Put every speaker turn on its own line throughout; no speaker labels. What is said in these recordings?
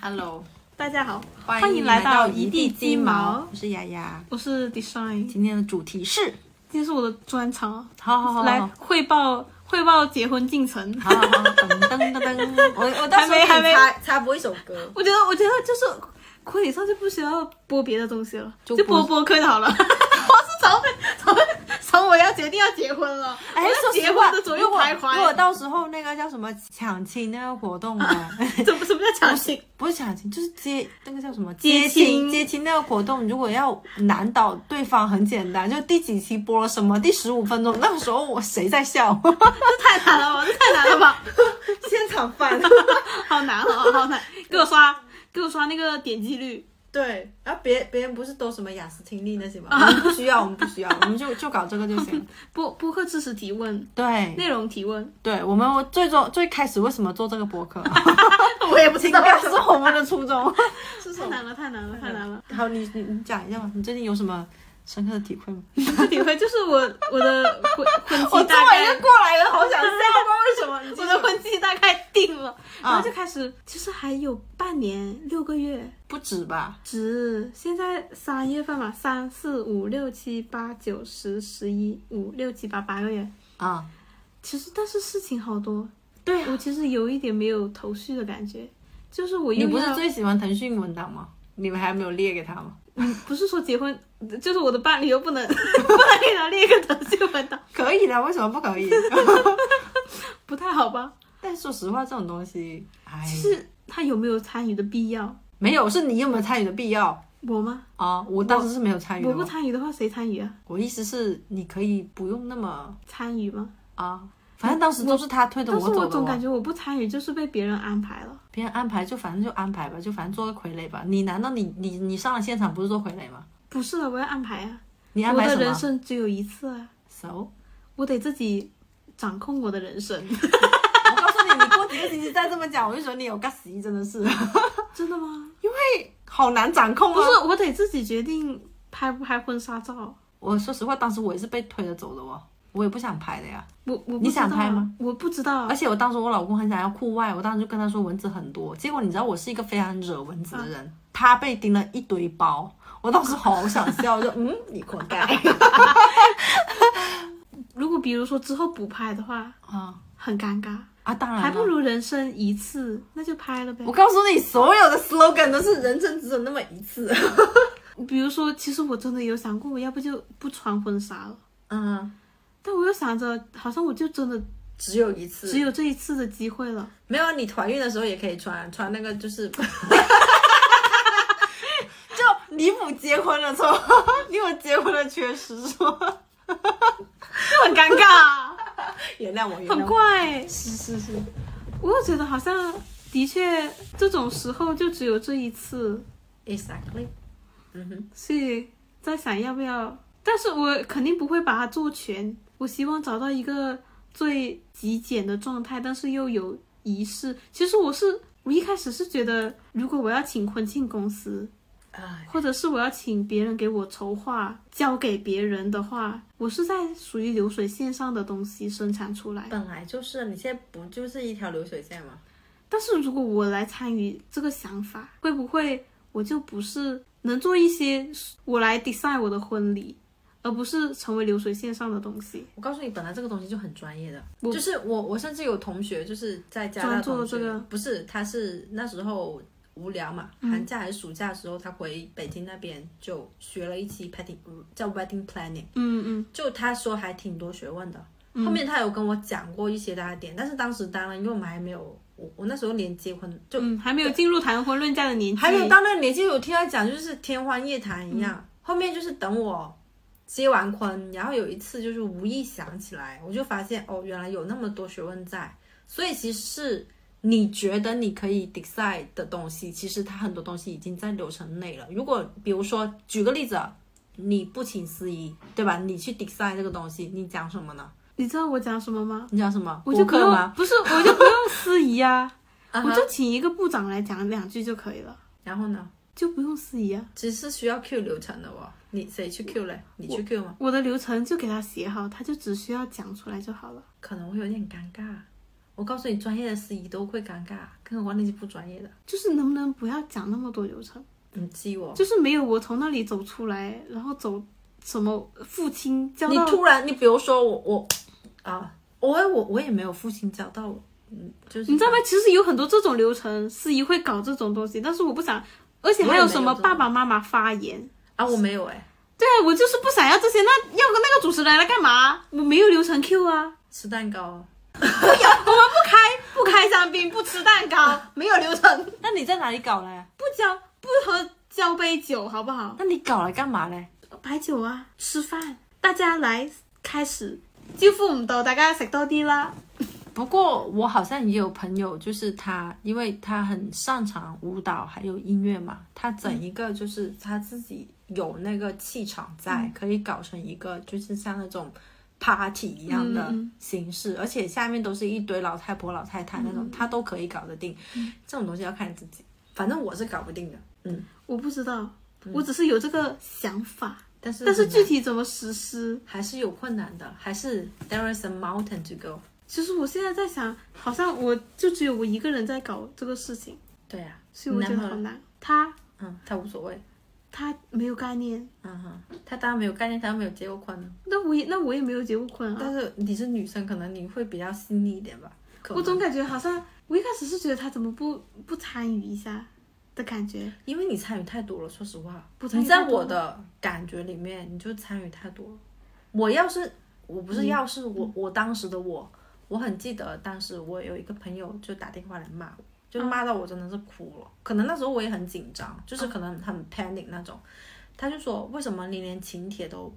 Hello，
大家好，
欢
迎
来
来到
一
一地鸡毛
我是雅雅。
我是 Design，
今天的主题是，
今天是我的专场，
好好好，
来
好
汇报汇报结婚进程。
好好，噔噔噔噔，我我到
还
时候给
没
你
还没
插插播一首歌，
我觉得我觉得就是婚礼上就不需要播别的东西了，
就
就
播
播播客好了。我是从从从我要决定要结婚了，
哎
我要，
说
结
实话，
婚的
如
左
果
右徘
如果
徊。
到时候那个叫什么抢亲那个活动啊，
怎么什么叫强行？
不是抢亲，就是接那个叫什么
接
亲
亲
接亲那个活动，如果要难倒对方，很简单，就第几期播了什么，第十五分钟，那个时候我谁在笑，
这太难了吧，这太难了吧，
现场翻。
好难，好好好难，给我刷，给我刷那个点击率。
对，然后别别人不是都什么雅思听力那些吗？我们不需要，我们不需要， 我们就就搞这个就行。
播播客知识提问，
对
内容提问，
对，我们最终最开始为什么做这个博 客，
我也不知
请
道
表示我们的初衷。
是太难了，太难了，太难了。
好，你你你讲一下吧，你最近有什么深刻的体会吗？
不是体会，就是我我的 婚婚
我
期
作
大
为一
概
个，过来人，好 想笑，不知道为什么。你
我
记
的
得
婚期大概定了，然
啊
后就开始，其实还有半年六个月，
不止吧？
只现在三月份嘛，三四五六七八九十十一五六七八八个月，
啊，
其实但是事情好多，
对啊
我其实有一点没有头绪的感觉，就是我
你
又
不是
要
最喜欢腾讯文档吗？你们还没有列给他吗？
嗯不是说结婚，就是我的伴侣又不能 不能给他列一个腾讯文档，
可以的，为什么不可以？
不太好吧？
但说实话，这种东西，哎，
是他有没有参与的必要？
没有，是你有没有参与的必要？
我吗？
啊，我当时是没有参与
我
的
不
嘛。
参与的话，谁参与啊？
我意思是，你可以不用那么
参与吗？
啊，反正当时都是他推着
但是
走
我
的
总
哦。
感觉我不参与就是被别人安排了。
别人安排就反正就安排吧，就反正做个傀儡吧。你难道你你你上了现场不是做傀儡吗？
不是的，我要安排啊！
你安
我
排
的
什
人
么
生只有一次啊，
？So，
我得自己掌控我的 人生。
我告诉你，你过几个星期再这么讲，我就觉得你有个死，真的是
真的吗？
好难掌控
不
啊。
是，我得自己决定拍不拍婚纱照。
我说实话，当时我也是被推着走的哦，我也不想拍的呀。
我我不
你想
知道啊
拍吗？哎
我不知道啊
而，且我当时我老公很想要户外，我当时就跟他说蚊子很多，结果你知道我是一个非常惹蚊子的人，他被叮了一堆包，我当时好想笑，我就嗯你活该
如果比如说之后不拍的话，
啊
很尴尬，
啊！当然
还不
了
如人生一次，那就拍了呗
我。告诉你，所有的 slogan 都是人生只有那么一次。
比如说，其实我真的有想过，我要不就不穿婚纱了，
嗯，
但我又想着，好像我就真的
只有一次
只有这一次的机会了。
没有，你怀孕的时候也可以穿穿那个，就是 就弥补结婚的 错，弥补结婚的缺失错。
很尴尬，
原谅我，原
很
谅我。
怪。
是是是，
我又觉得好像的确这种时候就只有这一次，
Exactly。嗯哼，
所以在想要不要，但是我肯定不会把它做全。我希望找到一个最极简的状态，但是又有仪式。其实我是我一开始是觉得，如果我要请婚庆公司，
啊，
或者是我要请别人给我筹划，交给别人的话，我是在属于流水线上的东西生产出来。
本来就是，你现在不就是一条流水线吗？
但是如果我来参与这个想法，会不会我就不是能做一些我来 design 我的婚礼，而不是成为流水线上的东西？
我告诉你，本来这个东西就很专业的，
我
就是我我甚至有同学就是在加拿大
专做
同学
这个嗯
不是，他是那时候无聊嘛，寒假还是暑假的时候，他回北京那边就学了一期 wedding 叫 wedding planning，
嗯嗯，
就他说还挺多学问的。后面他有跟我讲过一些他的点，但是当时当然因为我们还没有，我我那时候连结婚就
嗯，还没有进入谈婚论嫁的年纪，
还没有到那个年纪，我听他讲就是天方夜谭一样。后面就是等我结完婚，然后有一次就是无意想起来，我就发现哦，原来有那么多学问在。所以其实是你觉得你可以 decide 的东西，其实它很多东西已经在流程内了。如果比如说举个例子啊，你不请司仪，对吧？你去 decide 这个东西，你讲什么呢？
啊你知道我讲什么吗？
你讲什么？
我就不
可啊吗？
用，不是，我就不用司仪啊，
啊
我就请一个部长来讲两句就可以了，
然后呢？
就不用司仪啊。
只是需要 Q 流程的哦，你谁去 Q 嘞？你去 Q 吗？
我的流程就给他写好，他就只需要讲出来就好了。
可能会有点尴尬。我告诉你，专业的司仪都会尴尬，更何况那些不专业的。
就是能不能不要讲那么多流程？
你激我，
就是没有我从那里走出来，然后走什么父亲教
你
到
突然，你比如说我我啊，我我我也没有父亲教到我，嗯，就是
你知道吗？其实有很多这种流程，司仪会搞这种东西，但是我不想，而且还有什么爸爸妈妈发言？
啊，我没有哎、
对啊，我就是不想要这些，那要个那个主持人来干嘛？我没有流程 Q 啊，
吃蛋糕，
我们不开不开香槟，不吃蛋糕，没有流程，
那你在哪里搞嘞？
不交不喝交杯酒，好不好？
那你搞来干嘛嘞？
擺酒啊，吃飯，大家來開始招呼唔到，大家食多啲啦。
不过我好像也有朋友，就是他，因为他很擅长舞蹈还有音乐嘛，他整一个就是他自己有那个气场在，
嗯
可以搞成一个就是像那种 party 一样的
嗯
形式，而且下面都是一堆老太婆老太太那
嗯
种，他都可以搞得定。这种东西要看自己，反正我是搞不定的。嗯，
我不知道，我只是有這個想法，
但是
嗯但是
很
具
难
體怎麼實施，
还是有困难的，还是 there is a mountain to go。
其實我現在在想，好像我就只有我一個人在搞這個事情，
对呀、啊，
所以我覺得
你男朋友
好難。他
嗯，他无所谓，
他没有概念，
嗯哼，他当然没有概念，他没有结过婚呢。
那我也那我也没有结过婚啊。
但是你是女生，可能你会比较细腻一点吧。可
我
能
總感覺好像我一開始是覺得他怎麼不不參與一下的感覺，
因为你参与太多了，说实话，
不参
你
与太
在
多
我的感觉里面，你就参与太多了。我要是我
嗯
不是要是我我当时的我，我很记得当时我有一个朋友就打电话来骂我，就
啊
骂到我真的是哭了。可能那时候我也很紧张，就是可能
啊
很 panic 那种。他就说为什么你连请帖都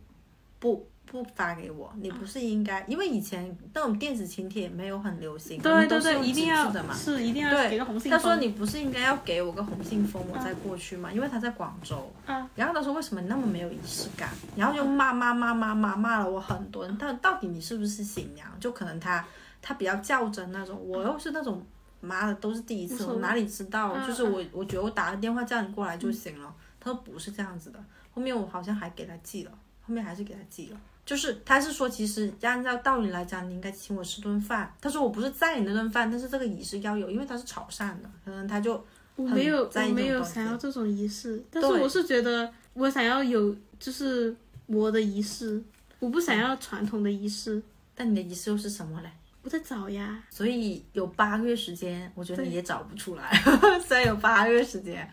不不发给我？你
啊
不是应该因为以前那种电子请帖没有很流行，我
对
们都
對
是
對，
用
一定
纸质
要
的嘛。
是一定要
对
給個紅信
他说
封嗯
你不是应该要给我个红信封，我再过去嘛？因为他在广州。
啊
然后他说为什么你那么没有仪式感？然后就骂骂骂骂骂骂了我很多人。但到底你是不是新娘？就可能他他比较较真那种，我又是那种妈的都是第一
无
次，
所谓
我哪里知道？
嗯
就是我我觉得我打个电话叫你过来就行了。他说不是这样子的，后面我好像还给他寄了，后面还是给他寄了。就是他是说，其实按照道理来讲，你应该请我吃顿饭。他说我不是在你那顿饭，但是这个仪式要有，因为他是潮汕的，可能他就
我
很
没有，我
在意这
没
种
有
东西
想要这种仪式，但是
对
我是觉得我想要有，就是我的仪式，我不想要传统的仪式。
但你的仪式又是什么嘞？
我在找呀，
所以有八个月时间，我觉得
啊对
你也找不出来。 虽然有八个月时间，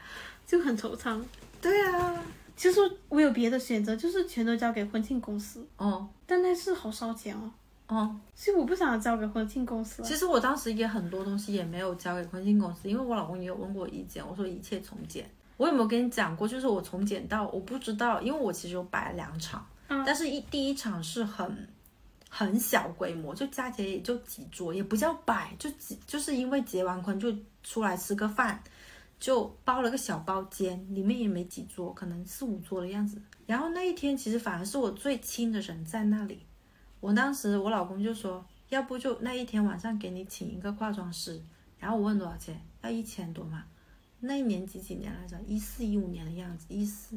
就很惆怅。
对啊，
其实我有别的选择，就是全都交给婚庆公司，
哦
但那是好烧钱哦，
哦，
所以我不想要交给婚庆公司啊。
其实我当时也很多东西也没有交给婚庆公司，因为我老公也有问过我意见，我说一切从简。我有没有跟你讲过？就是我从简到我不知道，因为我其实有摆了两场，
嗯
但是一第一场是很很小规模，就佳节也就几桌，也不叫摆，就几就是因为结完婚就出来吃个饭，就包了个小包间，里面也没几桌，可能四五桌的样子。然后那一天其实反而是我最亲的人在那里，我当时我老公就说，要不就那一天晚上给你请一个化妆师，然后我问多少钱，要一千多嘛。那一年几几年来着？一四一五年的样子，一四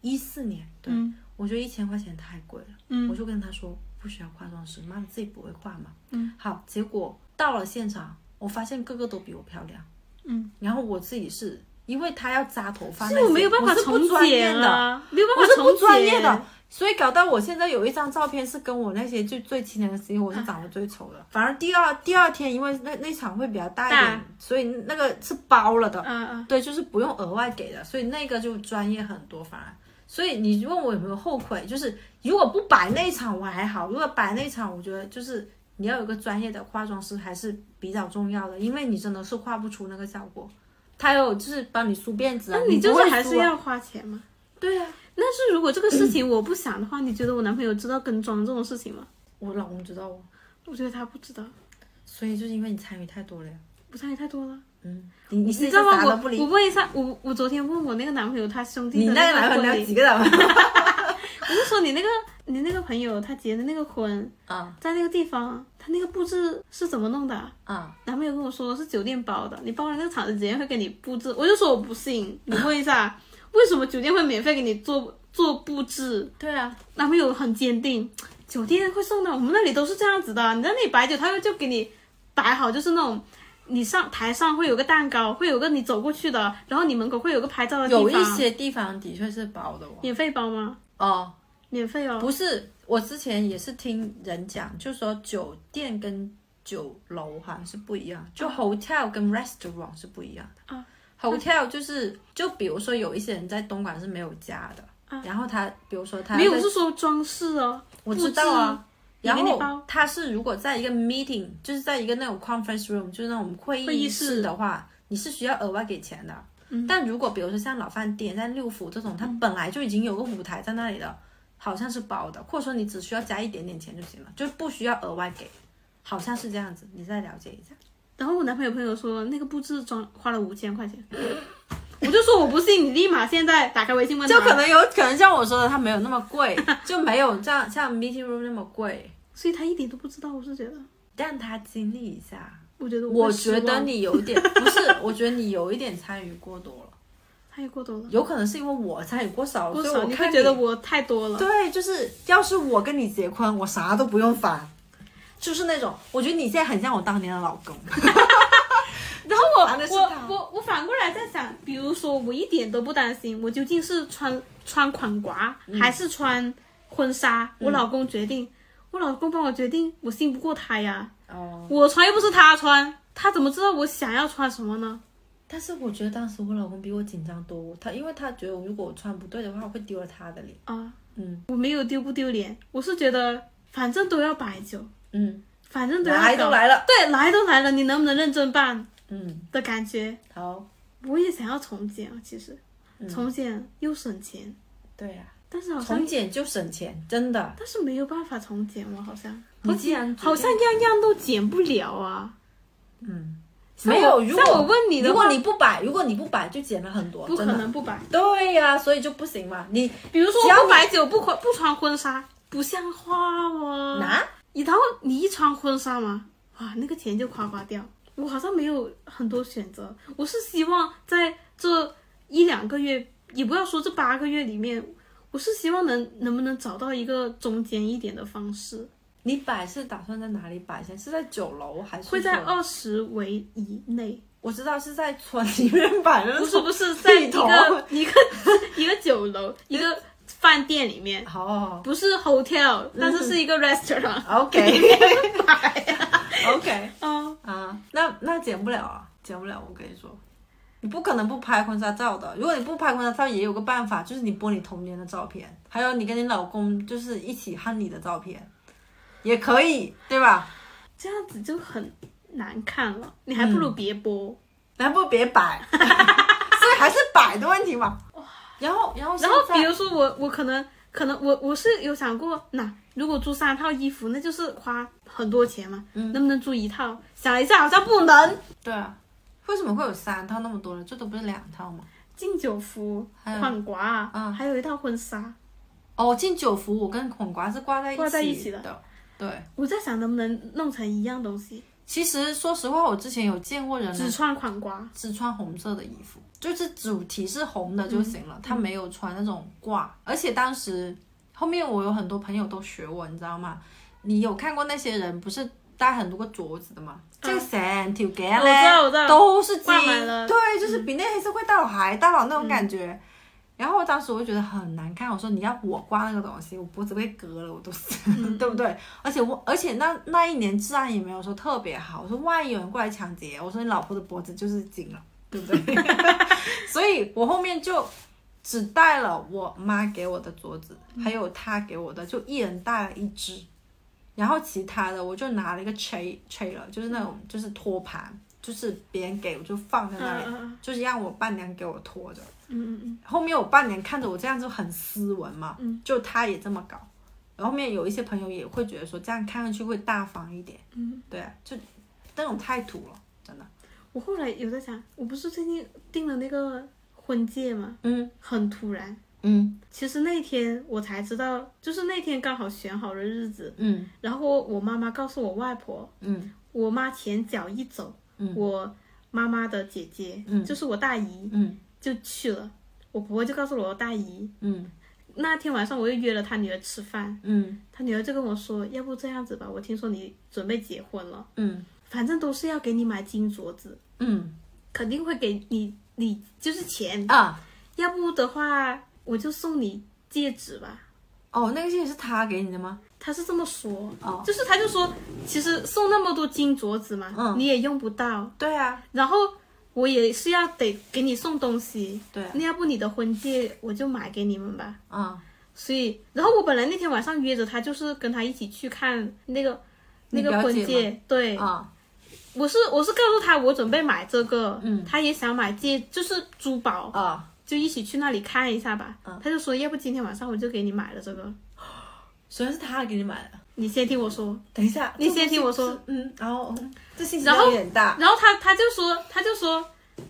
一四年，对，
嗯
我觉得一千块钱太贵了，
嗯
我就跟他说不需要化妆师，妈的自己不会化嘛，
嗯，
好，结果到了现场，我发现个个都比我漂亮，
嗯，
然后我自己是因为他要扎头发那
所
些，
以我没有办法
我是不
重
专业
剪
的，
啊，没有办
我
法
是不
重
专业
剪
的，，所以搞到我现在有一张照片是跟我那些最最亲的时候，我是长得最丑的。反而第二第二天，因为那那场会比较大一点
大，
所以那个是包了的，
嗯嗯，
对，就是不用额外给的，所以那个就专业很多，反而。所以你问我有没有后悔，就是如果不摆那一场我还好，如果摆那一场，我觉得就是你要有个专业的化妆师还是比较重要的，因为你真的是画不出那个效果。他有就是帮你梳辫子啊，
那你就
不会
是还
梳
是
啊
要花钱嘛。
对啊。
但是如果这个事情我不想的话，你觉得我男朋友知道跟妆这种事情吗？
我老公知道我，
我觉得他不知道，
所以就是因为你参与太多了呀。
不参与太多了。
嗯，你你
你
是
知道吗？
啥都不
我我
理，
问一下，我我昨天问我那个男朋友他兄弟
你
的
那个
个
男朋友
婚
聊
礼，
几个男朋友？
我就说你那个你那个朋友他结的那个婚，
啊
在那个地方，他那个布置是怎么弄的啊？
啊，
男朋友跟我说是酒店包的，你包了那个厂子，酒店会给你布置。我就说我不信，你问一下为什么酒店会免费给你做做布置？
对啊，
男朋友很坚定，酒店会送的，我们那里都是这样子的，你在那里摆酒，他会就给你。摆好，就是那种你上台上会有个蛋糕，会有个你走过去的，然后你门口会有个拍照的地方。
有一些地方的确是包的哦。
免费包吗？
哦，
免费哦。
不是，我之前也是听人讲，就说酒店跟酒楼好像是不一样，就 hotel 跟 restaurant 是不一样的。
啊
hotel 就是就比如说有一些人在东莞是没有家的，然后他比如说他
啊没有，我
在
是说装饰哦。
我知道啊。
布置
然
也给你
后
包
他是如果在一个 meeting，就是在一个那种 conference room，就是那种会
会
议
议
室嗯
室
的话，你是需要额外给钱的。但如果比如说像老饭店、像六福这种，它本来就已经有个舞台在那里的，好像是包的，或者说你只需要加一点点钱就行了，就不需要额外给，好像是这样子。你再了解一下。
然后我男朋友朋友说那个布置装花了五千块钱，我就说我不信，你立马现在打开微信问他。
就可能有可能像我说的，它没有那么贵， 就没有这样像 meeting room 那么贵，
所以他一点都不知道，我是觉得，
让他经历一下。
我觉得
我
会失
觉
望
得你有一点不是，我觉得你有一点参与过多了，
太过多了，
有可能是因为我参与过少，
过
哦所以
少
我
你
看
会觉得我太多了。
对，就是要是我跟你结婚，我啥都不用烦，就是那种，我觉得你现在很像我当年的老 公，
然后我
烦的是他
我我我反过来在想，比如说我一点都不担心，我究竟是穿穿款褂
嗯
还是穿婚纱，我老公决定，我老公帮我决定，我信不过他呀，
哦，
我穿又不是他穿，他怎么知道我想要穿什么呢？
但是我觉得当时我老公比我紧张多，他因为他觉得如果我穿不对的话，我会丢了他的脸，
啊，
嗯
我没有丢不丢脸，我是觉得反正都要摆酒，
嗯，
反正都要
来都
搞，
来了，
对，来都来了，你能不能认真办
嗯，
的感觉？
好，
我也想要从简啊，其实
嗯
从简又省钱，
对呀、
但是好像
从简就省钱，真的，
但是没有办法从简，我好像
你既然决
嗯好像样样都减不了啊。
嗯，
像
没有，
我
如
像我
果
问你的
如果
话，
你不摆，如果你不摆就减了很多，
不可
真的
能不摆。
对呀、所以就不行嘛。你
比如说，
只要
我
你
不摆酒，不婚不穿婚纱，不像话哦。
拿
你然后你一穿婚纱嘛，哇，那个钱就夸夸掉。我好像没有很多选择，我是希望在这一两个月，也不要说这八个月里面，我是希望能能不能找到一个中间一点的方式，
你摆是打算在哪里摆先？是在酒楼还是
会在
说？
二十围以内。
我知道是在村里面摆的那
不
种。
是不是，在一
头
个一个 一个酒楼一个饭店里面，
哦
不是
嗯
hotel，但是是一个 restaurant。
，OK OK
哦，
啊，那那减不了啊，减不了。我跟你说，你不可能不拍婚纱照的。如果你不拍婚纱照，也有个办法，就是你播你童年的照片，还有你跟你老公就是一起汉你的照片，也可以，对 吧？
这样子就很难看了，你还不如别播。
嗯然后不别摆， 所以还是摆的问题嘛。然后然后
然后
现在
比如说我我可能可能我我是有想过，那如果租三套衣服，那就是花很多钱嘛，
嗯
能不能租一套？想了一下，好像不能。
对啊，为什么会有三套那么多呢？最多不是两套吗？
敬酒服、
还有
款褂，
嗯
还有一套婚纱。
哦，进酒服我跟孔瓜是挂在一起
挂在一起
的。对，
我在想能不能弄成一样东西，
其实说实话，我之前有见过人
只
呢，
穿款褂。
只穿红色的衣服，就是主题是红的就行了，
嗯
他没有穿那种挂。而且当时后面我有很多朋友都学我，你知道吗？你有看过那些人不是带很多个镯子的
嗯
吗？这个绳条颈
我知
嘞，
道，我知道。
都是金
挂满，了嗯
对，就是比那黑社会大佬还大佬那种感觉。然后我当时我就觉得很难看，我说你要我挂那个东西，我脖子被割了，我都是，
嗯
对不对？而且我，而且那那一年治安也没有说特别好，我说万一有人过来抢劫，我说你老婆的脖子就是紧了，对不 对？所以我后面就只带了我妈给我的镯子，
嗯
还有她给我的，就一人带了一只。然后其他的我就拿了一个 tray trailer，就是那
嗯
种就是托盘，就是别人给我就放在那里，
嗯嗯
就是让我伴娘给我拖着。
嗯嗯
后面我伴娘看着我这样就很斯文嘛，
嗯
就她也这么搞。然后后面有一些朋友也会觉得说这样看上去会大方一点，
嗯，
对啊，就那种太土了，真的。
我后来有在想，我不是最近订了那个婚戒吗？
嗯
很突然。
嗯
其实那天我才知道，就是那天刚好选好了日子，
嗯
然后我妈妈告诉我外婆，
嗯
我妈前脚一走，
嗯
我妈妈的姐姐，
嗯
就是我大姨，
嗯
就去了。我婆婆就告诉我大姨，
嗯
那天晚上我又约了她女儿吃饭，
嗯
她女儿就跟我说，要不这样子吧，我听说你准备结婚了。
嗯
反正都是要给你买金镯子，
嗯
肯定会给你你就是钱，
啊，
要不的话我就送你戒指吧。
哦，那个戒指是他给你的吗？
他是这么说，
哦
就是他就说，其实送那么多金镯子嘛，
嗯
你也用不到，
对啊，
然后我也是要得给你送东西，
对啊
那要不你的婚戒我就买给你们吧。
嗯，
所以，然后我本来那天晚上约着他，就是跟他一起去看那个那
你
个
表
婚
姐
戒，对，
啊，
我是我是告诉他我准备买这个，
嗯
他也想买戒，就是珠宝，
啊，
就一起去那里看一下吧。
嗯
他就说，要不今天晚上我就给你买了这个，
首先是他给你买的。
你先听我说。
等一下，
你
这不
先听
是
我说
是嗯，然后嗯这信息
然后
量有点大，
然后他他就说，他就说，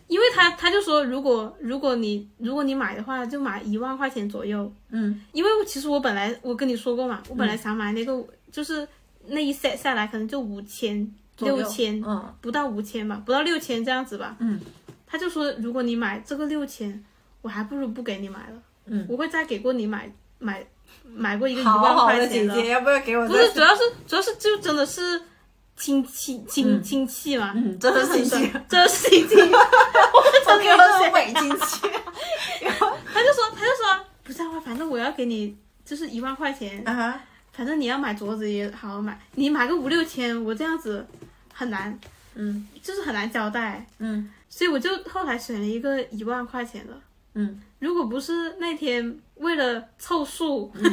因为他他就说，如果如果你如果你买的话，就买一万块钱左右。
嗯，
因为其实我本来我跟你说过嘛，我本来想买那个，就是那一 set 下来可能就五千
左右
六千，
嗯，
不到五千吧，不到六千这样子吧。
嗯，
他就说，如果你买这个六千，我还不如不给你买了。
嗯，
我会再给过你买买买过一个一
好
万
好
块
的
钱
姐姐，要不要给我
不
再
是，主要是主要是就真的是亲戚亲亲戚嘛，
嗯真的是亲 戚，
真的是亲戚。
我给我伪进去？
他就说他就说不是啊，反正我要给你就是一万块钱，
啊哈，
反正你要买镯子也好好买，你买个五六千，我这样子很难，
嗯
就是很难交代，
嗯
所以我就后来选了一个一万块钱的。
嗯，
如果不是那天为了凑数，
嗯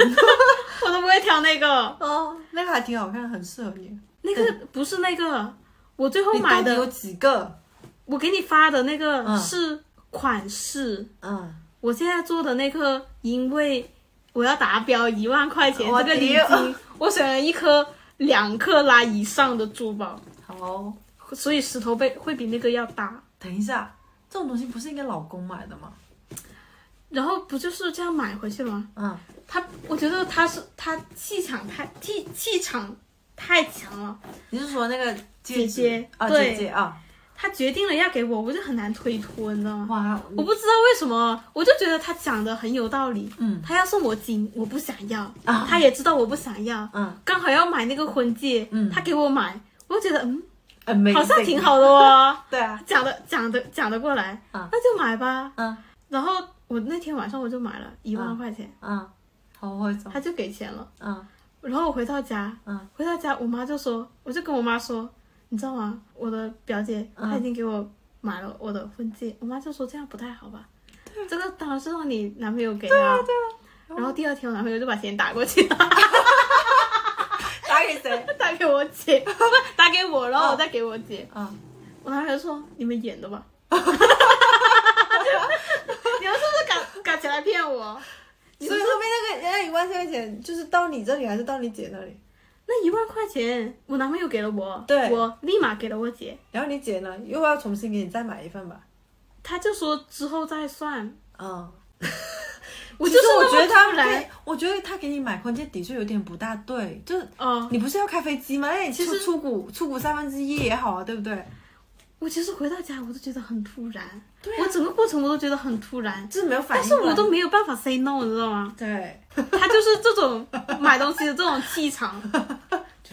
我都不会挑那个。
哦，那个还挺好看，很适合你。
那个不是那个，我最后
你
买
到底有
的，
几个？
我给你发的那个
嗯
是款式。
嗯，
我现在做的那颗，因为我要达标一万块钱
我
这个礼金，我选了一颗两克拉以上的珠宝，
好，
哦所以石头贝会比那个要大。
等一下，这种东西不是应该老公买的吗？
然后不就是这样买回去吗？
嗯，
他，我觉得他是他气场太气气场太强了，
你是说那个戒指
姐姐
啊，
对
姐姐啊？
他决定了要给我，我就很难推脱，你知道吗？
哇，
我不知道为什么，我就觉得他讲的很有道理。
嗯
他要送我金，我不想要，
啊
他也知道我不想要，
嗯
刚好要买那个婚戒，
嗯
他给我买，我就觉得嗯，
，amazing，
好像挺好的哦，
对啊，
讲的讲的讲得过来，
啊
那就买吧。
嗯
然后我那天晚上我就买了一万块钱，
嗯，好会走，
他就给钱了。
嗯
然后我回到家，
嗯
回到家我妈就说，我就跟我妈说，你知道吗？我的表姐
嗯
她已经给我买了我的婚戒，我妈就说这样不太好吧，
啊
这个当然是让你男朋友给的、啊。然后第二天我男朋友就把钱打过去了，
打给谁？
打给我姐，哦不 打给我，然后我再给我姐。
啊，
我男朋友说：“ 你们演的吧？”你们是不是敢敢起来骗我？
所以后面那个那一万块钱就是到你这里还是到你姐那里？
那一万块钱，我男朋友给了我，
对
我立马给了我姐，
然后你姐呢，又要重新给你再买一份吧？
他就说之后再算。
嗯，
我就
其
是
实我觉得
他
他给
突然，，
我觉得他给你买婚戒的确有点不大对，就是
哦，
你不是要开飞机吗？那你
其实
出出股出股三分之一也好啊，对不对？
我其实回到家我都觉得很突然，我整个过程我都觉得很突然，
就是没有反
但
应
是
过来，？
我都没有办法 say no，你知道 吗
对，
他就是这种买东西的这种气 场，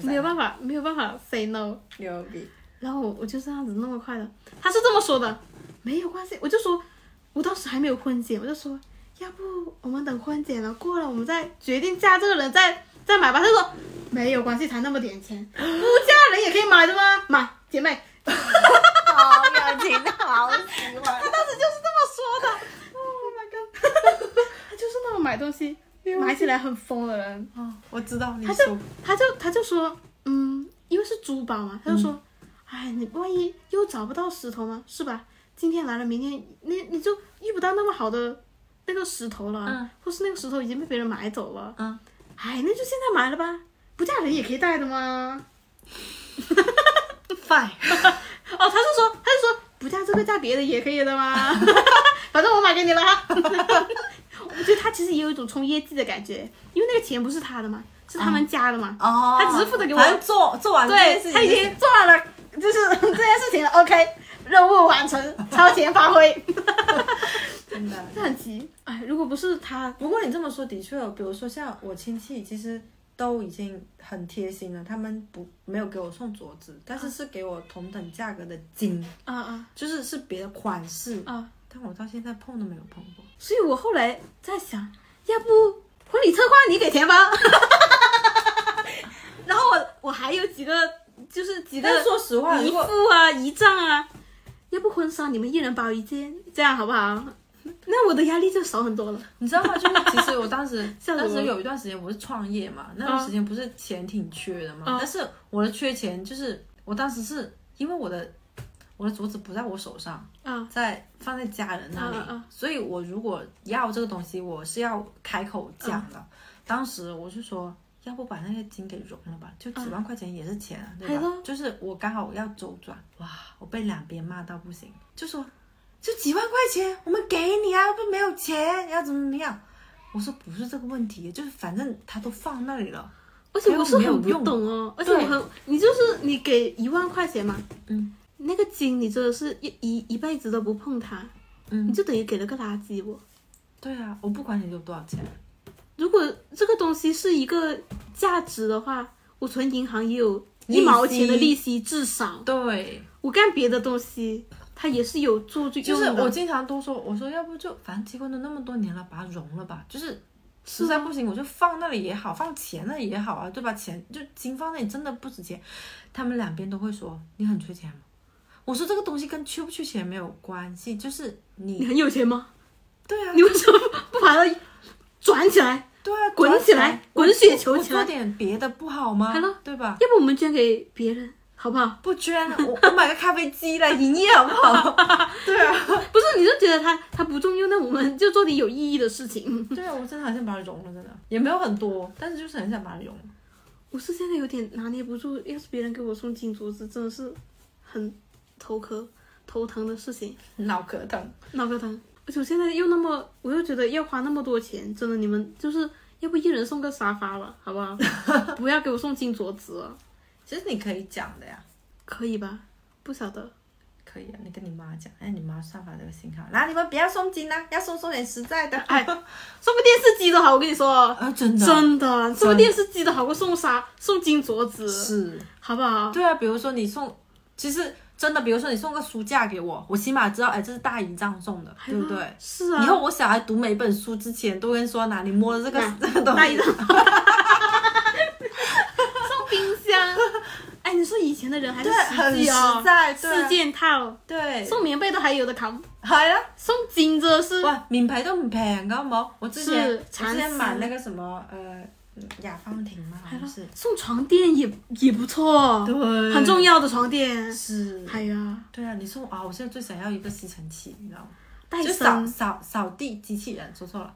没有办法，没有办法 say no。
牛逼，
然后我我就这样子那么快的，他是这么说的，没有关系，我就说，我当时还没有婚检，我就说，要不我们等婚检了过了，我们再决定嫁这个人再再买吧。他说没有关系，才那么点钱，不嫁人也可以买的吗？买，姐妹，
好表情，好喜欢。
他当时就是这么说的。Oh 他就是那种买东西买起来很疯的人，
哦，我知道你
他
说
就，他就他就说，嗯，因为是珠宝嘛，他就说，哎、你万一又找不到石头呢，是吧？今天来了，明天你你就遇不到那么好的那个石头了，
嗯
或是那个石头已经被别人买走了，
嗯，
哎，那就现在买了吧，不嫁人也可以戴的嘛。
fine，
哦，他是说，他是说不嫁这个嫁别的也可以的嘛， 反正我买给你了 哈。我觉得他其实也有一种冲业绩的感觉，因为那个钱不是他的嘛，是他们家的嘛。
哦，
他只是负责给我
反正做做完这件事情，
对他已经做完了， 就是这件事情了。OK，任务完成，超前发挥，
真的。
这很急。哎，如果不是他，
不过你这么说的确，比如说像我亲戚，其实都已经很贴心了，他们不没有给我送镯子，但是是给我同等价格的金，
啊啊
就是是别的款式，
啊！
但我到现在碰都没有碰过。
所以我后来在想，要不婚礼策划你给钱吧。 然后我我还有几个，就是几个
但说实话，
姨
如
父
果
啊、姨丈啊，要不婚纱你们一人包一件，这样好不好？那我的压力就少很多了。
你知道吗？就是其实我当时
笑死我
当时有一段时间我是创业嘛，那段时间不是钱挺缺的嘛，
嗯
但是我的缺钱就是我当时是因为我的我的镯子不在我手上，
啊
在放在家人那里，
嗯嗯嗯
所以我如果要这个东西，我是要开口讲的。
嗯
当时我就说，要不把那个金给融了吧，就几万块钱也是钱啊，对
嗯还
吧
说？
就是我刚好要周转，哇，我被两边骂到不行，就说就几万块钱，我们给你啊，又不没有钱，要怎么怎么样？我说不是这个问题，就是反正他都放那里了，
而且我是
没有
很不
用
懂哦，而且我
对
很，你就是你给一万块钱嘛，
嗯，
那个金你真的是一一一辈子都不碰它，你
嗯，
就等于给了个垃圾我。
对啊，我不管你有多少钱，
如果这个东西是一个价值的话，我存银行也有一毛钱的利息，至少
对，
我干别的东西，它也是有作用的。
就是我经常都说，我说要不就反正结婚都那么多年了，把它融了吧。就是实在不行，我就放那里也好，放钱那里也好啊，对吧？钱就金放那里真的不值钱。他们两边都会说你很缺钱吗？我说这个东西跟缺不缺钱没有关系，就是
你
你
很有钱吗？
对啊
你为什么不把它转起来？
对啊，
滚
抓
起来滚
我
雪球
我
起来
做点别的不好吗
Hello？？
对吧？
要不我们捐给别人好 不好？
不捐，我我买个咖啡机来营业好不好？ 对啊，
不是，你就觉得它它不重要，那我们就做点有意义的事情。
对啊，我真的很想把它融了，真的也没有很多，但是就是很想把它融了。
我是现在有点拿捏不住，要是别人给我送金镯子，真的是很头壳头疼的事情，
脑壳疼，
脑壳疼。而且我现在又那么，我又觉得要花那么多钱，真的，你们就是要不一人送个沙发吧，好不 好？不要给我送金镯子了，
其实你可以讲的呀，
可以吧？不晓得，
可以啊，你跟你妈讲，哎，你妈算法这个信号，那你们不要送金啦、要送送点实在的。
哎，送个电视机都好，我跟你说，
啊，真
真的，送个电视机都好过送沙送金镯子，
是，
好不好？
对啊，比如说你送，其实真的，比如说你送个书架给我，我起码知道，哎，这是大姨丈送的，对不对？
是啊，
以后我小孩读每本书之前，都跟说哪里摸了这个
哪
这个东
大姨
西
丈，送冰箱。哎，你说以前的人还是
对，很
际哦，
实在，对
四
啊，
件套，
对，
送棉被都还有的扛，
好呀。
送金子是
哇，名牌都很平，噶冇？我之前
是
我
蚕
之前
丝
买那个什么呃雅芳婷嘛，好像是，
哎送床垫也也不错，
哎对
很重要的床垫。
是，
还有啊，
对啊，你送啊，我现在最想要一个吸尘器，你知道吗？
戴
就扫
森
扫扫地机器人，说错了。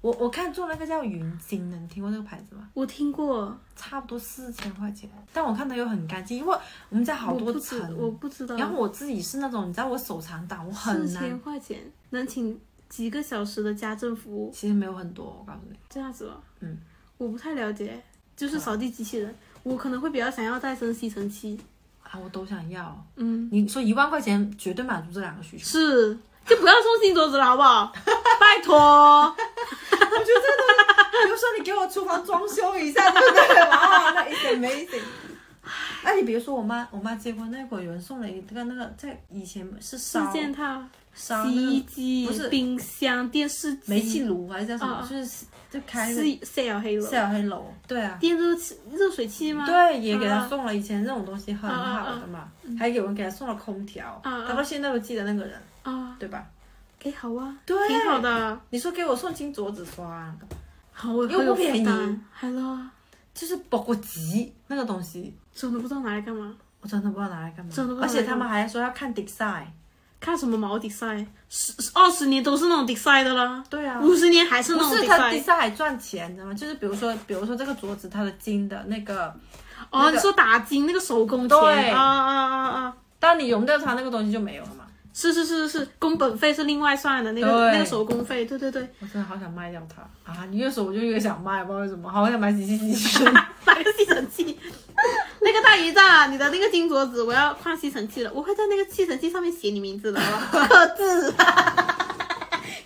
我我看中那个叫云鲸的，你听过这个牌子吗？
我听过，
差不多四千块钱，但我看它又很干净，因为我们家好
我
多
不知我
层。
不知道，
然后我自己是那种，你知道我手残党，我
四
很
千
难。
块钱能请几个小时的家政服务，
其实没有很多，我告诉你，
这样子吧？
嗯，
我不太了解，就是扫地机器人，我可能会比较想要戴森吸尘器。
啊，我都想要。
嗯，
你说一万块钱绝对满足这两个需求。
是，就不要送金镯子了，好 不好？拜 托，
比如说你给我厨房装修一下，对不对？ 哇，那 is amazing。那哎你比如说我妈，我妈结婚那会儿有人送了一个那个，在以前是
四
烧
件套、
烧
洗衣
那个
机、
不是
冰箱、电视机、
煤气炉还是叫什
啊
么
啊，
就是就开那个
是 sale 黑了，
小黑楼，对啊，
电热器、热水器吗？
对，也给她
啊
送了。以前这种东西很好的嘛，还有人给她送了空调，
嗯啊啊
她到现在都记得那个人，
啊，
对吧？
哎，好啊，
对
挺好的，
你说给我送金镯子刷，
好，我
又不便宜
还了，
就是包括吉那个东西，
真的不知道拿来干嘛，
我真的不知道拿来干嘛
真的不，知道
而且
拿来干
他
嘛
们还说要看 design，
看什么毛 design，十二十年都是那种 design 的啦，
对啊，
五十年还是那
不
种
是他第
design。
三还赚钱，你知道吗？就是比如说，比如说这个镯子，它的金的那个，
哦，
那
你
个
说打金那个手工钱
对
啊啊啊啊！
当你融掉它那个东西就没有了嘛。
是是是是，工本费是另外算的，那个
对
那个手工费，对对对，
我真的好想卖掉它啊！你越说我就越想卖，不知道为什么，好想买洗洗 洗。
买个吸尘器。那个大姨丈啊，你的那个金镯子我要换吸尘器了，我会在那个吸尘器上面写你名字的，好吧？刻字，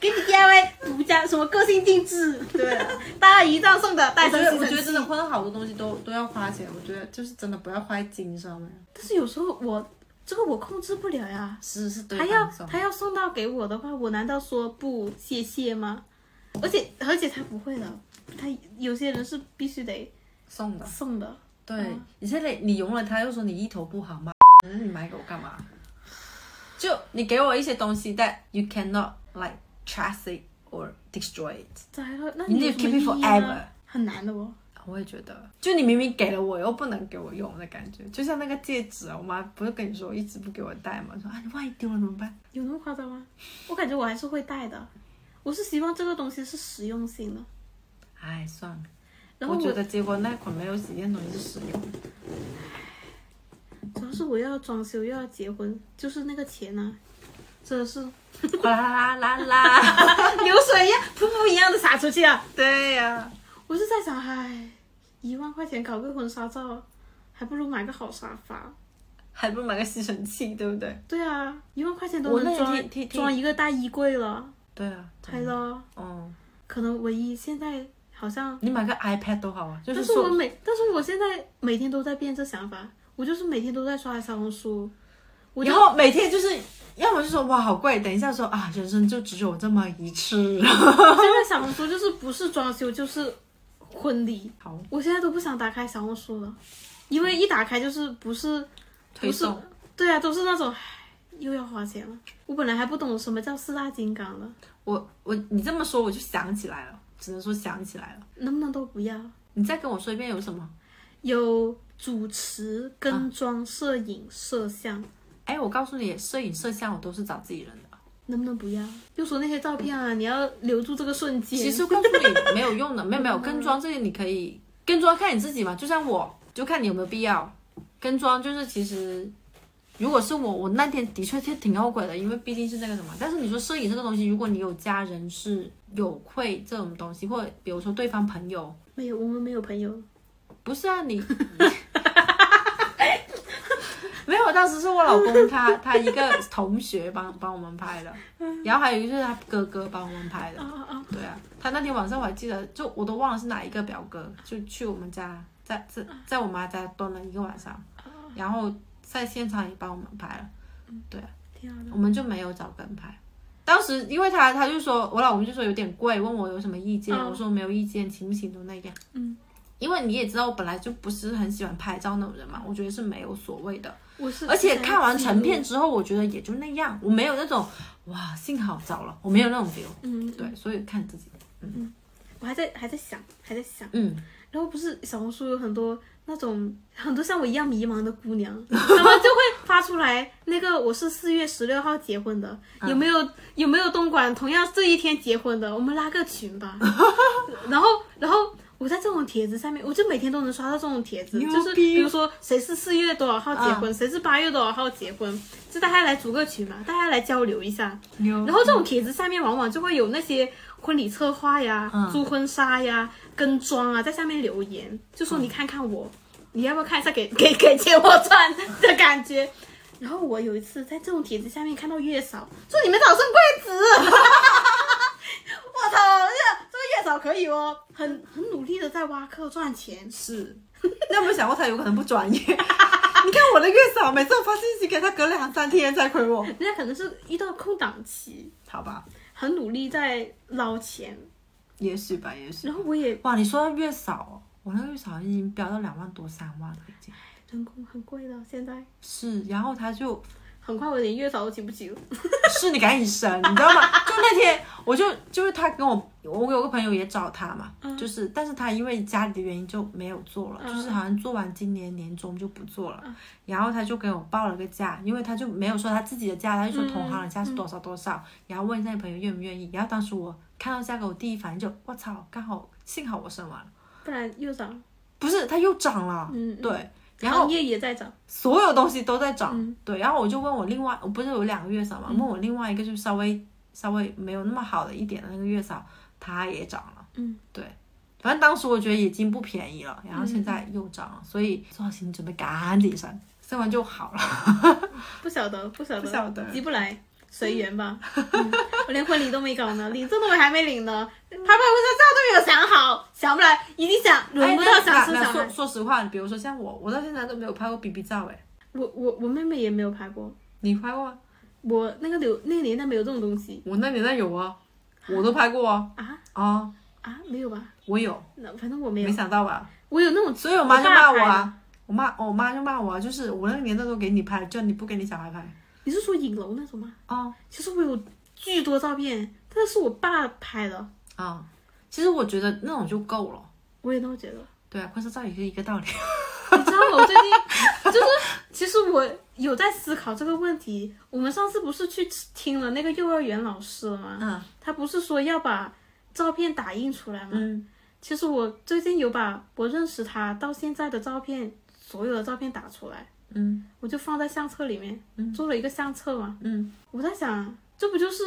给你 DIY
独家什么个性定制，
对啊，
大姨丈送的，大
我
姨
觉
丈
得哎
寄
我
生
觉得
器
真的婚好多东西都都要花钱，我觉得就是真的不要花在金上面，
但是有时候我这个我控制不了呀，
是是对
他
方
要
送
他要送到给我的话，我难道说不谢谢吗？而且而且他不会的，他有些人是必须得
送的，
送的。
对
嗯，
你现在你用了它，又说你意头不好嘛，那你买给我干嘛？就你给我一些东西，that you cannot like trust it or destroy it。
咋了？那
You
你有
need
什
to keep
么意
it
义
forever
呢？很难的哦。
我也觉得，就你明明给了我，又不能给我用的感觉，就像那个戒指啊，我妈不是跟你说一直不给我戴嘛，说啊你万一丢了怎么办？
有那么夸张吗？我感觉我还是会戴的。我是希望这个东西是实用性的。
哎，算了。
然后
我
我
觉得结果那款没有几件东西是实用的，
主要是我又要装修又要结婚，就是那个钱呢、真的是
哗啦啦啦啦，
流水一样、瀑布一样的洒出去啊！
对呀、
我是在想，唉，一万块钱搞个婚纱照，还不如买个好沙发。
还不如买个吸尘器，对不对？
对啊，一万块钱都
我那
能
也
装
挺挺挺
装一个大衣柜了，
对啊，
拍了。
哦、
可能唯一现在好像，
你买个 iPad 都好啊，就
但
是
是我
说
每，但是我现在每天都在变这想法，我就是每天都在刷小 红书，我
以
就
后每天就是。要么就说哇好贵，等一下说啊人生就只有这么一次。
现在小红书就是不是装修就是婚礼，
好，
我现在都不想打开小红书了，因为一打开就是不是
推
送
送。
对啊，都是那种唉又要花钱了。我本来还不懂什么叫四大金刚了，
我我你这么说我就想起来了，只能说想起来了。
能不能都不要？
你再跟我说一遍有什么？
有主
啊
持、跟妆、摄影、摄像，
哎，我告诉你，摄影摄像我都是找自己人的。
能不能不要？又说那些照片啊，你要留住这个瞬间。
其实我告诉你没有用的，没有没有跟妆这些你可以跟妆看你自己嘛，就像我就看你有没有必要跟妆，就是其实如果是我，我那天的确挺挺后悔的，因为毕竟是那个什么。但是你说摄影这个东西，如果你有家人是有愧这种东西，或者比如说对方朋友，
没有，我们没有朋友。
不是啊你。没有，当时是我老公他他一个同学帮帮我们拍的，然后还有一个就是他哥哥帮我们拍的
啊。啊啊！
对啊，他那天晚上我还记得，就我都忘了是哪一个表哥，就去我们家，在在在我妈家蹲了一个晚上，
啊
然后在现场也帮我们拍了，
挺好的。
我们就没有找跟拍。当时因为他他就说，我老公就说有点贵，问我有什么意见，
嗯
我说没有意见，行不行都那样。
嗯，
因为你也知道，我本来就不是很喜欢拍照那种人嘛，我觉得是没有所谓的。
我是
啊而且看完成
记
片
录，
之后，我觉得也就那样，我没有那种哇幸好找了，我没有那种 feel。
嗯，
对，所以看自己。
我还在还在想，还在想。
嗯，
然后不是小红书有很多那种很多像我一样迷茫的姑娘， 她们就会发出来那个我是四月十六号结婚的，
嗯
有没有有没有东莞同样这一天结婚的，我们拉个群吧。 然后然后我在这种帖子下面，我就每天都能刷到这种帖子，
牛逼嗯
就是比如说谁是四月多少号结婚，谁是八月多少号结婚，就大家来组个群嘛，大家来交流一下。
然
然后这种帖子下面往往就会有那些婚礼策划呀、租婚纱呀、跟妆啊，在下面留言，就说你看看我，你要不要看一下给 给给姐我穿的感觉。然后我有一次在这种帖子下面看到月嫂说你们早生贵子， 我操，这这个月嫂可以哦，很很努力的在挖课赚钱，
是， 那有没有想过他有可能不专业？ 你看我的月嫂，每次我发信息给他，隔两三天才回我。
人家可能是遇到空档期，
好吧，
很努力在捞钱。
也许吧，也许
然。后我也
哇，你说到月嫂，我那个月嫂已经飙到两万多、三万了已经。
人工很贵的，现在
是，然后他就
很快我连月嫂都请不起了。
是你赶紧生，你知道吗？ 就那天，我就就是他跟我，我有个朋友也找他嘛，
嗯
就是，但是他因为家里的原因就没有做了，就是好像做完今年年终就不做了，
嗯
然后他就给我报了个价，因为他就没有说他自己的价，他就说同行
嗯
的价是多少多少，然后问一下你朋友愿不愿意，然后当时我看到价格，我第一反应就我操，刚好幸好我生完了，
不然又涨，
不是它又涨了，
嗯，
对，啊然后
行业也在涨，
所有东西都在涨，
嗯
对。然后我就问我另外，我不是有两个月嫂嘛，问我另外一个就是稍微稍微没有那么好的一点的那个月嫂，她也涨了，
嗯，
对。反正当时我觉得已经不便宜了，然后现
嗯
在又涨了，所以做好心理准备，赶紧生，生完就好了。
不晓得，不晓得，
不晓得
急不来。随缘 吧。嗯我连婚礼都没搞呢，领证都还没领呢，拍拍婚纱照都没有想好，想不来，一定想轮不到想
哎
生
那
小
说
孩。
说实话，比如说像我，我到现在都没有拍过 BB 照哎，
我我我妹妹也没有拍过，
你拍过吗？
我那个流那个年代没有这种东西
我那年代有啊，我都拍过啊
啊
啊，
啊，没有吧？
我有，
那反正我没有
没，想到吧？
我 有那种，
所以我妈就骂我
大牌的。
啊，我妈我妈就骂我啊，就是我那个年代都给你拍，叫你不给你小孩拍
你是说影楼那种吗？
啊
其实我有巨多照片，但是我爸拍的，
啊！其实我觉得那种就够了，
我也那么觉得。
对啊，婚纱照也是一个道理。
你知道我最近就是，其实我有在思考这个问题。我们上次不是去听了那个幼儿园老师了吗？
嗯
他不是说要把照片打印出来吗？
嗯，
其实我最近有把我认识他到现在的照片，所有的照片打出来，
嗯
我就放在相册里面，做了一个相册嘛。
嗯，
我在想，这不就是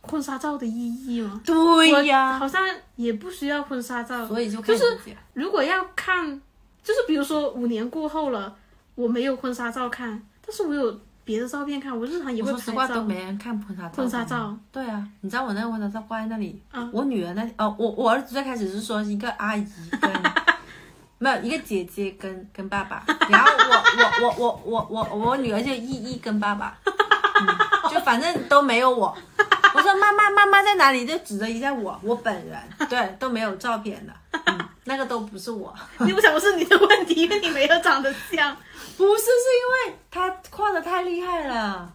婚纱照的意义吗？
对
我
呀，
好像也不需要婚纱照，
所以就
就
开
是
始理解
如果要看，就是比如说五年过后了，我没有婚纱照看，但是我有别的照片看，我日常也
我
会
说实话
拍
都
照。
没人看婚纱照。
婚纱照。
对啊，你知道我那个婚纱照挂在那里，
嗯
我女儿那哦，我我儿子最开始是说一个阿姨跟没有一个姐姐跟跟爸爸，然后我我我我我我我女儿就一一跟爸爸，嗯、就反正都没有我。我说妈妈妈妈在哪里？就指着一下我我本人，对，都没有照片的，嗯，那个都不是我。
你不想不是你的问题，因为你没有长得像。
不是，是因为他跨的太厉害了，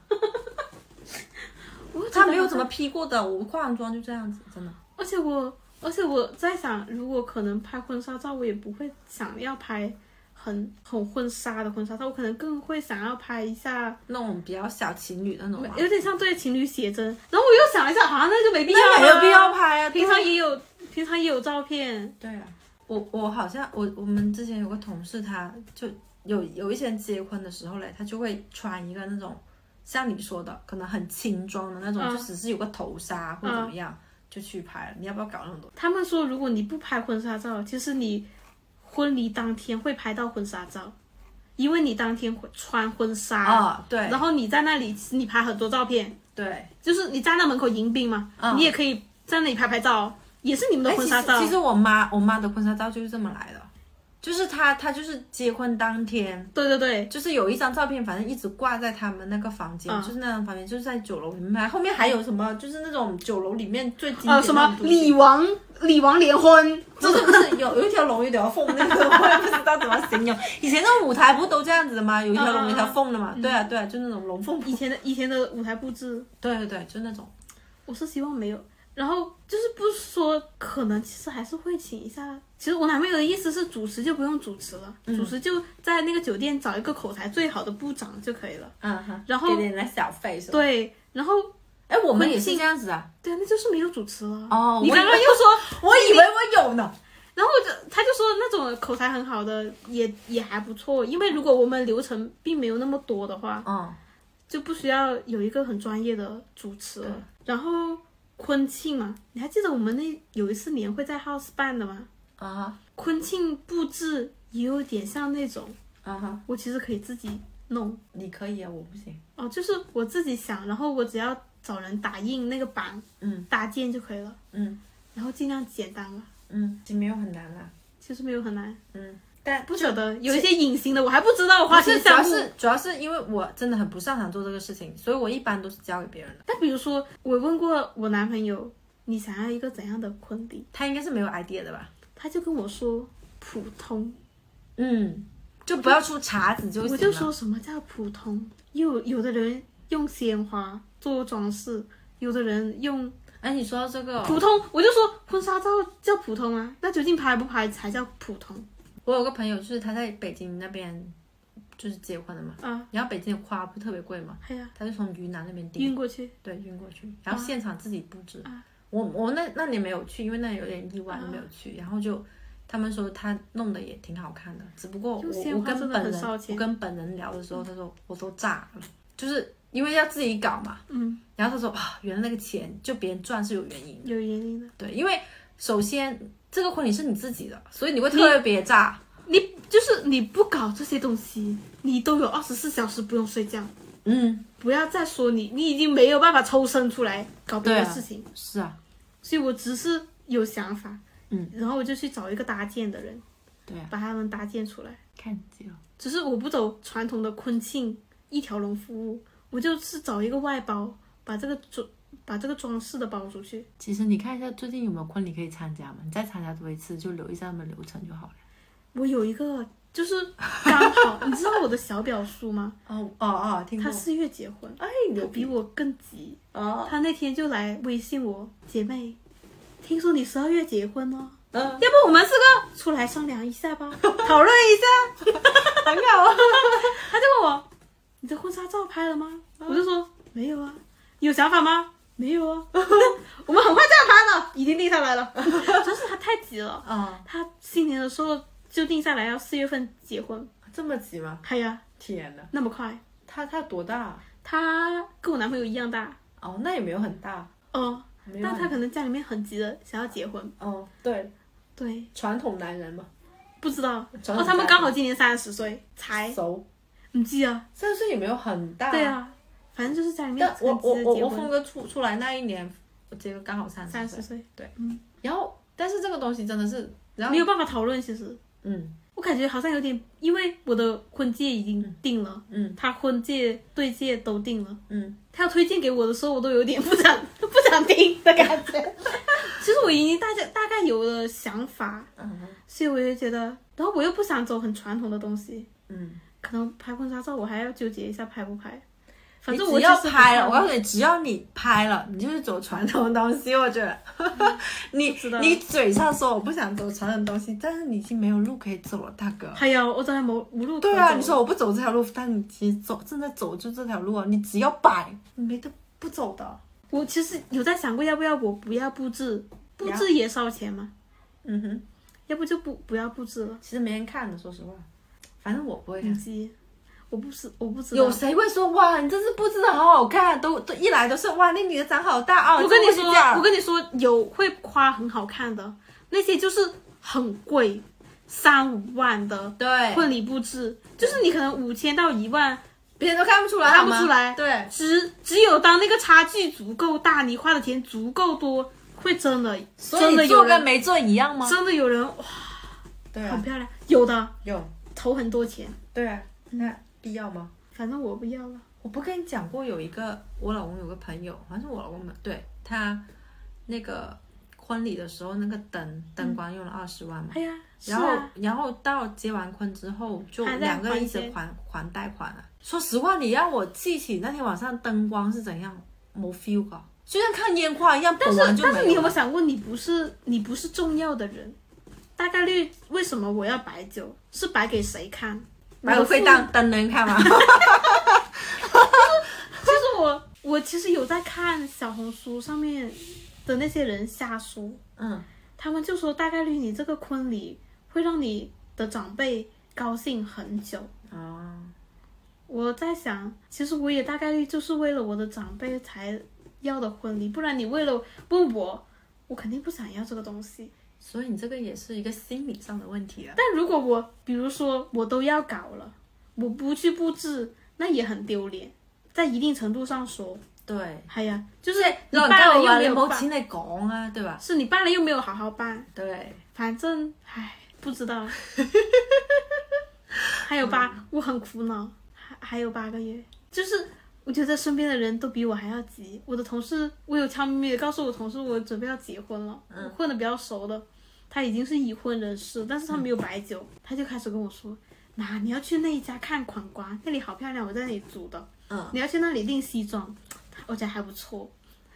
我
他没有怎么，P 过的，我化完妆就这样子，真的。
而且我，而且我在想，如果可能拍婚纱照，我也不会想要拍很很婚纱的婚纱照，我可能更会想要拍一下，
那种比较小情侣那种嘛，
有点像对情侣写真。然后我又想了一下，好、像那就没必要、
那
啊，
没有必要。拍啊。
平常
对
也有，平常也有照片，
对啊，我我好像我我们之前有个同事，他就有有一些人结婚的时候嘞，他就会穿一个那种像你说的，可能很轻装的那种，
嗯
就只是有个头纱或者怎么样、就去拍了。你要不要搞那种东西？
他们说，如果你不拍婚纱照，其实你婚礼当天会拍到婚纱照，因为你当天会穿婚纱，
啊、对
然后你在那里，你拍很多照片，
对，
就是你站在门口迎宾嘛，
嗯
你也可以在那里拍拍照，哦也是你们的
哎
婚纱照。
其实其实我妈我妈的婚纱照就是这么来的，就是她她就是结婚当天。
对对对，
就是有一张照片，反正一直挂在他们那个房间，
嗯
就是那张房间，就是在酒楼里面拍。后面还有什么，就是那种酒楼里面最经典
呃，
的
什么
礼
李王李王联婚，
不是不是有有一条龙有一条凤那个，我也不知道怎么形容。以前那种舞台不都这样子的吗？有一条
嗯嗯
龙
嗯
有一条凤的嘛？对啊对啊，就那种龙凤。
以前的以前的舞台布置，
对对对，就那种。
我是希望没有。然后就是不说，可能其实还是会请一下。其实我男朋友的意思是，主持就不用主持了，
嗯
主持就在那个酒店找一个口才最好的部长就可以了。
嗯哼。
然后
给点点小费是吧？。
对，然后
哎， 我们也是这样子啊。
对啊，那就是没有主持了。
哦
你
我
刚
以
刚
为
又说，
我以为我有呢。
然后我就他就说那种口才很好的也也还不错，因为如果我们流程并没有那么多的话，
嗯
就不需要有一个很专业的主持了。然后婚庆嘛，你还记得我们那有一次年会在 House 办的吗？
啊
婚庆布置也有点像那种，
啊哈，
我其实可以自己弄
你可以啊，我不行。
哦，就是我自己想，然后我只要找人打印那个板，
嗯，
搭建就可以了，
嗯
然后尽量简单吧。
嗯，也没有很难啦。
其实没有很难，
嗯，但
不晓得有一些隐形的我还不知道，我花
不
钱
是主要
项目。
是主要是因为我真的很不擅长做这个事情，所以我一般都是交给别人的。
但比如说，我问过我男朋友，你想要一个怎样的婚礼？
他应该是没有 idea 的吧？
他就跟我说普通，
嗯，就不要出碴子就行了。
我就说什么叫普通？又有的人用鲜花做装饰，有的人用
哎，你说到这个哦、
普通，我就说婚纱照叫普通啊，那究竟拍不拍才叫普通
我有个朋友，就是他在北京那边就是结婚的嘛，
啊？
然后北京的花不特别贵嘛，
哎呀，
他就从云南那边订，
晕过去
对，运过去，然后现场自己布置。
啊
我我那那年没有去，因为那有点意外没有去，然后就。他们说他弄的也挺好看的，只不过我
用鲜
我
花真
跟
的
本
很
人
烧钱嗯
我跟本人聊的时候，他说我都炸了，就是因为要自己搞嘛。
嗯，
然后他说啊，原来那个钱就别人赚是有原因的。
有原因的。
对，因为首先这个婚礼是你自己的，所以你会特别炸。
你就是你不搞这些东西，你都有二十四小时不用睡觉，
嗯，
不要再说你，你已经没有办法抽身出来搞别
对
的
啊
事情，
是啊，
所以我只是有想法，
嗯，
然后我就去找一个搭建的人，
对啊，
把他们搭建出来。
看见了，
只是我不走传统的婚庆一条龙服务，我就是找一个外包，把这个装把这个装饰的包出去。
其实你看一下最近有没有婚礼可以参加嘛？你再参加多一次，就留意一下他们流程就好了。
我有一个就是刚好，你知道我的小表叔吗？
哦哦哦，听
他四月结婚，
哎，
他比我更急。
哦，
他那天就来微信我，姐妹，听说你十二月结婚哦，
嗯，
要不我们四个出来商量一下 吧，讨论一下。
很好啊，
他就问我：“啊你的婚纱照拍了吗？”我就说：“没有啊。”你有想法吗？没有啊。 我们很快就要拍了，已经定下来了。主要是他太急了，
啊，
他新年的时候就定下来要四月份结婚。
这么急吗？
哎呀，
天呐，
那么快！
他他多大？
他跟我男朋友一样大
哦，那也没有很大，
哦，
没有
但
很
他可能家里面很急的想要结婚。
哦，对，
对，
传统男人嘛，
不知道。
传统
哦，他们
家
刚好今年三十岁，才
熟，
唔知啊。
但是也没有很大，
对，啊，反正就是家里面
但
很急
我我
的
我
结
我峰
婚。
哥出出来那一年，我结婚刚好三
三
十
十
岁，
岁
然后但是这个东西真的是，然后
没有办法讨论，其实。
嗯
我感觉好像有点，因为我的婚戒已经定了，
嗯
他婚戒、对戒都定了，
嗯，
他要推荐给我的时候，我都有点不想 不想听的感觉。 其实我已经大概大概有了想法，
嗯
所以我就觉得，然后我又不想走很传统的东西，
嗯，
可能拍婚纱照我还要纠结一下拍不拍。反
你
正
只
我
要
就是不
拍了，
看
我告诉你，只要你拍了，你就是走传统的东西。我觉得， 你
知道
你嘴上说我不想走传统的东西，但是你已经没有路可以走了，大哥。
还有我真的无无路可
对啊，
走
你说我不走这条路，但你其实走正在走就这条路啊，你只要摆，你没得不走的。
我其实有在想过要不要我不要布置，布
呀
置也烧钱嘛，
嗯哼，
要不就不不要布置了。
其实没人看的，说实话，反正我不会
母鸡，我不是我不知道。
嗯有谁会说哇，你这次布置的好好看？啊都都一来都是哇，那女的长好大哦。
我跟你
这么
说
会这样，
我跟你说，有会夸很好看的，那些就是很贵，三五万的
对，
婚礼布置，就是你可能五千到一万，
别人都看不出来，
看不
好吗
出来
对，
只只有当那个差距足够大，你花的钱足够多，会真的
所
真
以
的
你
有
做跟
人
没做一样吗？
真的有人哇，
对啊
很，漂亮，有的
有
投很多钱，
对啊，那必要吗？
反正我不要了。
我不跟你讲过，有一个我老公有个朋友，好像是我老公的，对他那个婚礼的时候，那个灯灯光用了二十万嘛，
哎呀，是
然后、
啊，
然后到结完婚之后，就
还在
两个人一直
还钱
还还贷款啊。说实话，你让我记起那天晚上灯光是怎样，没 feel 搞，就像看烟花一样，
但
本来
是
就
但是你
没
有没有
了。
想过，你不是你不是重要的人，大概率为什么我要摆酒？是摆给谁看？
白骨
我
会
父
当灯能看吗？
其实我我其实有在看小红书上面的那些人瞎说，
嗯，
他们就说大概率你这个婚礼会让你的长辈高兴很久。
哦，
我在想，其实我也大概率就是为了我的长辈才要的婚礼，不然你为了问我，我肯定不想要这个东西。
所以你这个也是一个心理上的问题了。
但如果我比如说我都要搞了，我不去布置，那也很丢脸。在一定程度上说，
对，
哎呀，就是你
老
办
家
了又
话
没
你
有
冇
办
钱嚟講啊，對吧？
是你办了又没有好好办，
對，
反正唉，不知 道。还有八，
嗯
我很苦恼，还还有八个月，就是我觉得身边的人都比我还要急。我的同事，我有悄咪咪的告诉我同事，我准备要结婚了。
嗯
我混的比较熟的，他已经是已婚人士，但是他没有摆酒，
嗯
他就开始跟我说：“妈，你要去那一家看款瓜，那里好漂亮，我在那里煮的。
嗯
你要去那里订西装，我觉得还不错。”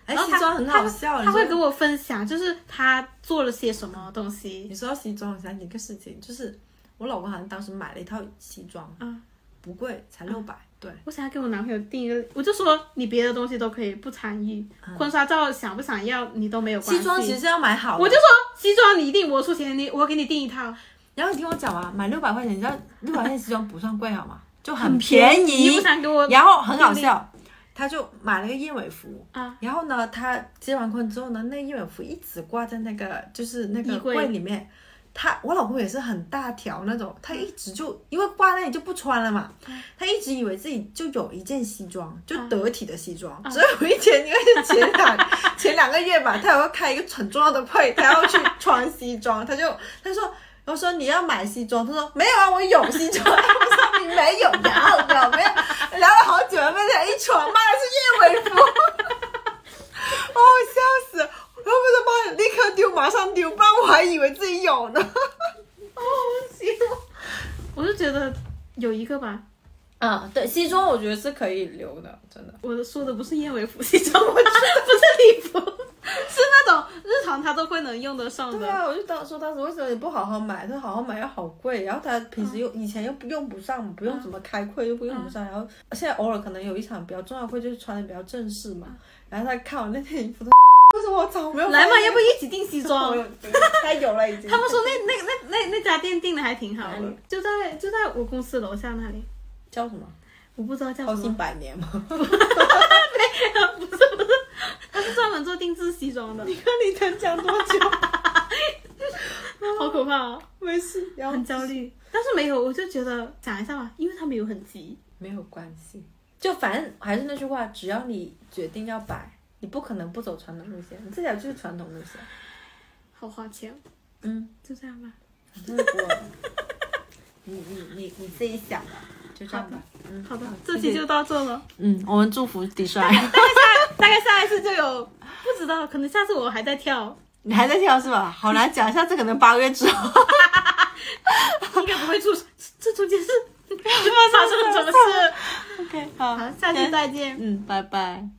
哎，
然后
西
他
裝很好笑，
他
你知
他
道
会跟我分享，就是他做了些什么东西。
你说到西装，我想起一个事情，就是我老公好像当时买了一套西装，
嗯，
不贵，才六百，对，
我想要给我男朋友订一个，我就说你别的东西都可以不参与，婚纱照想不想要你都没有关
嗯
系。
西装其实是要买好的，
我就说西装你一定我出钱，你我给你订一套，
然后你听我讲啊，买六百块钱，你知道六百块钱西装不算贵好吗？就
很
便
你不想给我
然后很好笑，他就买了个燕尾服
啊，
然后呢，他结完婚之后呢，那燕尾服一直挂在那个就是那
衣
个
柜
柜里面，他我老公也是很大条那
嗯
种，他一直就因为挂那里就不穿了嘛，他一直以为自己就有一件西装，就
嗯
得体的西装。所以有一天，因为是前 两前两个月吧，他要开一个很重要的会，他要去穿西装，他就他说。我说你要买西装，他说没有啊，我有西装。我说你没有，然后有没有？聊了好久，被他一穿，妈的是燕尾服。哦，笑死！然后我的妈，立刻丢，马上丢，不然我还以为自己有呢。
我就觉得有一个吧，
啊，对，西装我觉得是可以留的，真的。
我说的不是燕尾服西装，我不是礼服， 是那种日常他都会能用得上
对
的。
啊，我就当说当时为什么你不好好买？他说好好买又好贵，然后他平时又、以前又不用不上，不用怎么开会又不用不上，然后现在偶尔可能有一场比较重要的会，就是穿的比较正式嘛。然后他看我那件衣服，他说 为什么我早没有
来嘛，要不
一
一起订西装？
啊 他有了已经。
他们说那那那那那家店订的还挺好
好
的
的，
就在就在我公司楼下那里，
叫什么？
我不知道叫
高
什
薪
么，
百年吗？
他是专门做定制西 装的，
你能讲多久？
好可怕哦，
没 事，然后
很焦虑。但是没有，我就觉得想一下嘛，因为他们有很急，
没有关系，就反正还是那句话，只要你决定要摆，你不可能不走传统路线，你这条就是传统路线。
好花钱，
嗯，
就这样吧。
真的不会你你你你自己想吧，就这样吧。嗯，
好的，这期就到这了，
嗯，我们祝福迪 帅，
大概下一次就有，不知道，可能下次我还在跳，
你还在跳是吧？好难讲，下次可能八个月之 后。
应该不会出，这中间是 发生了什么事？
OK，好，
好，下期再见。
嗯，拜拜。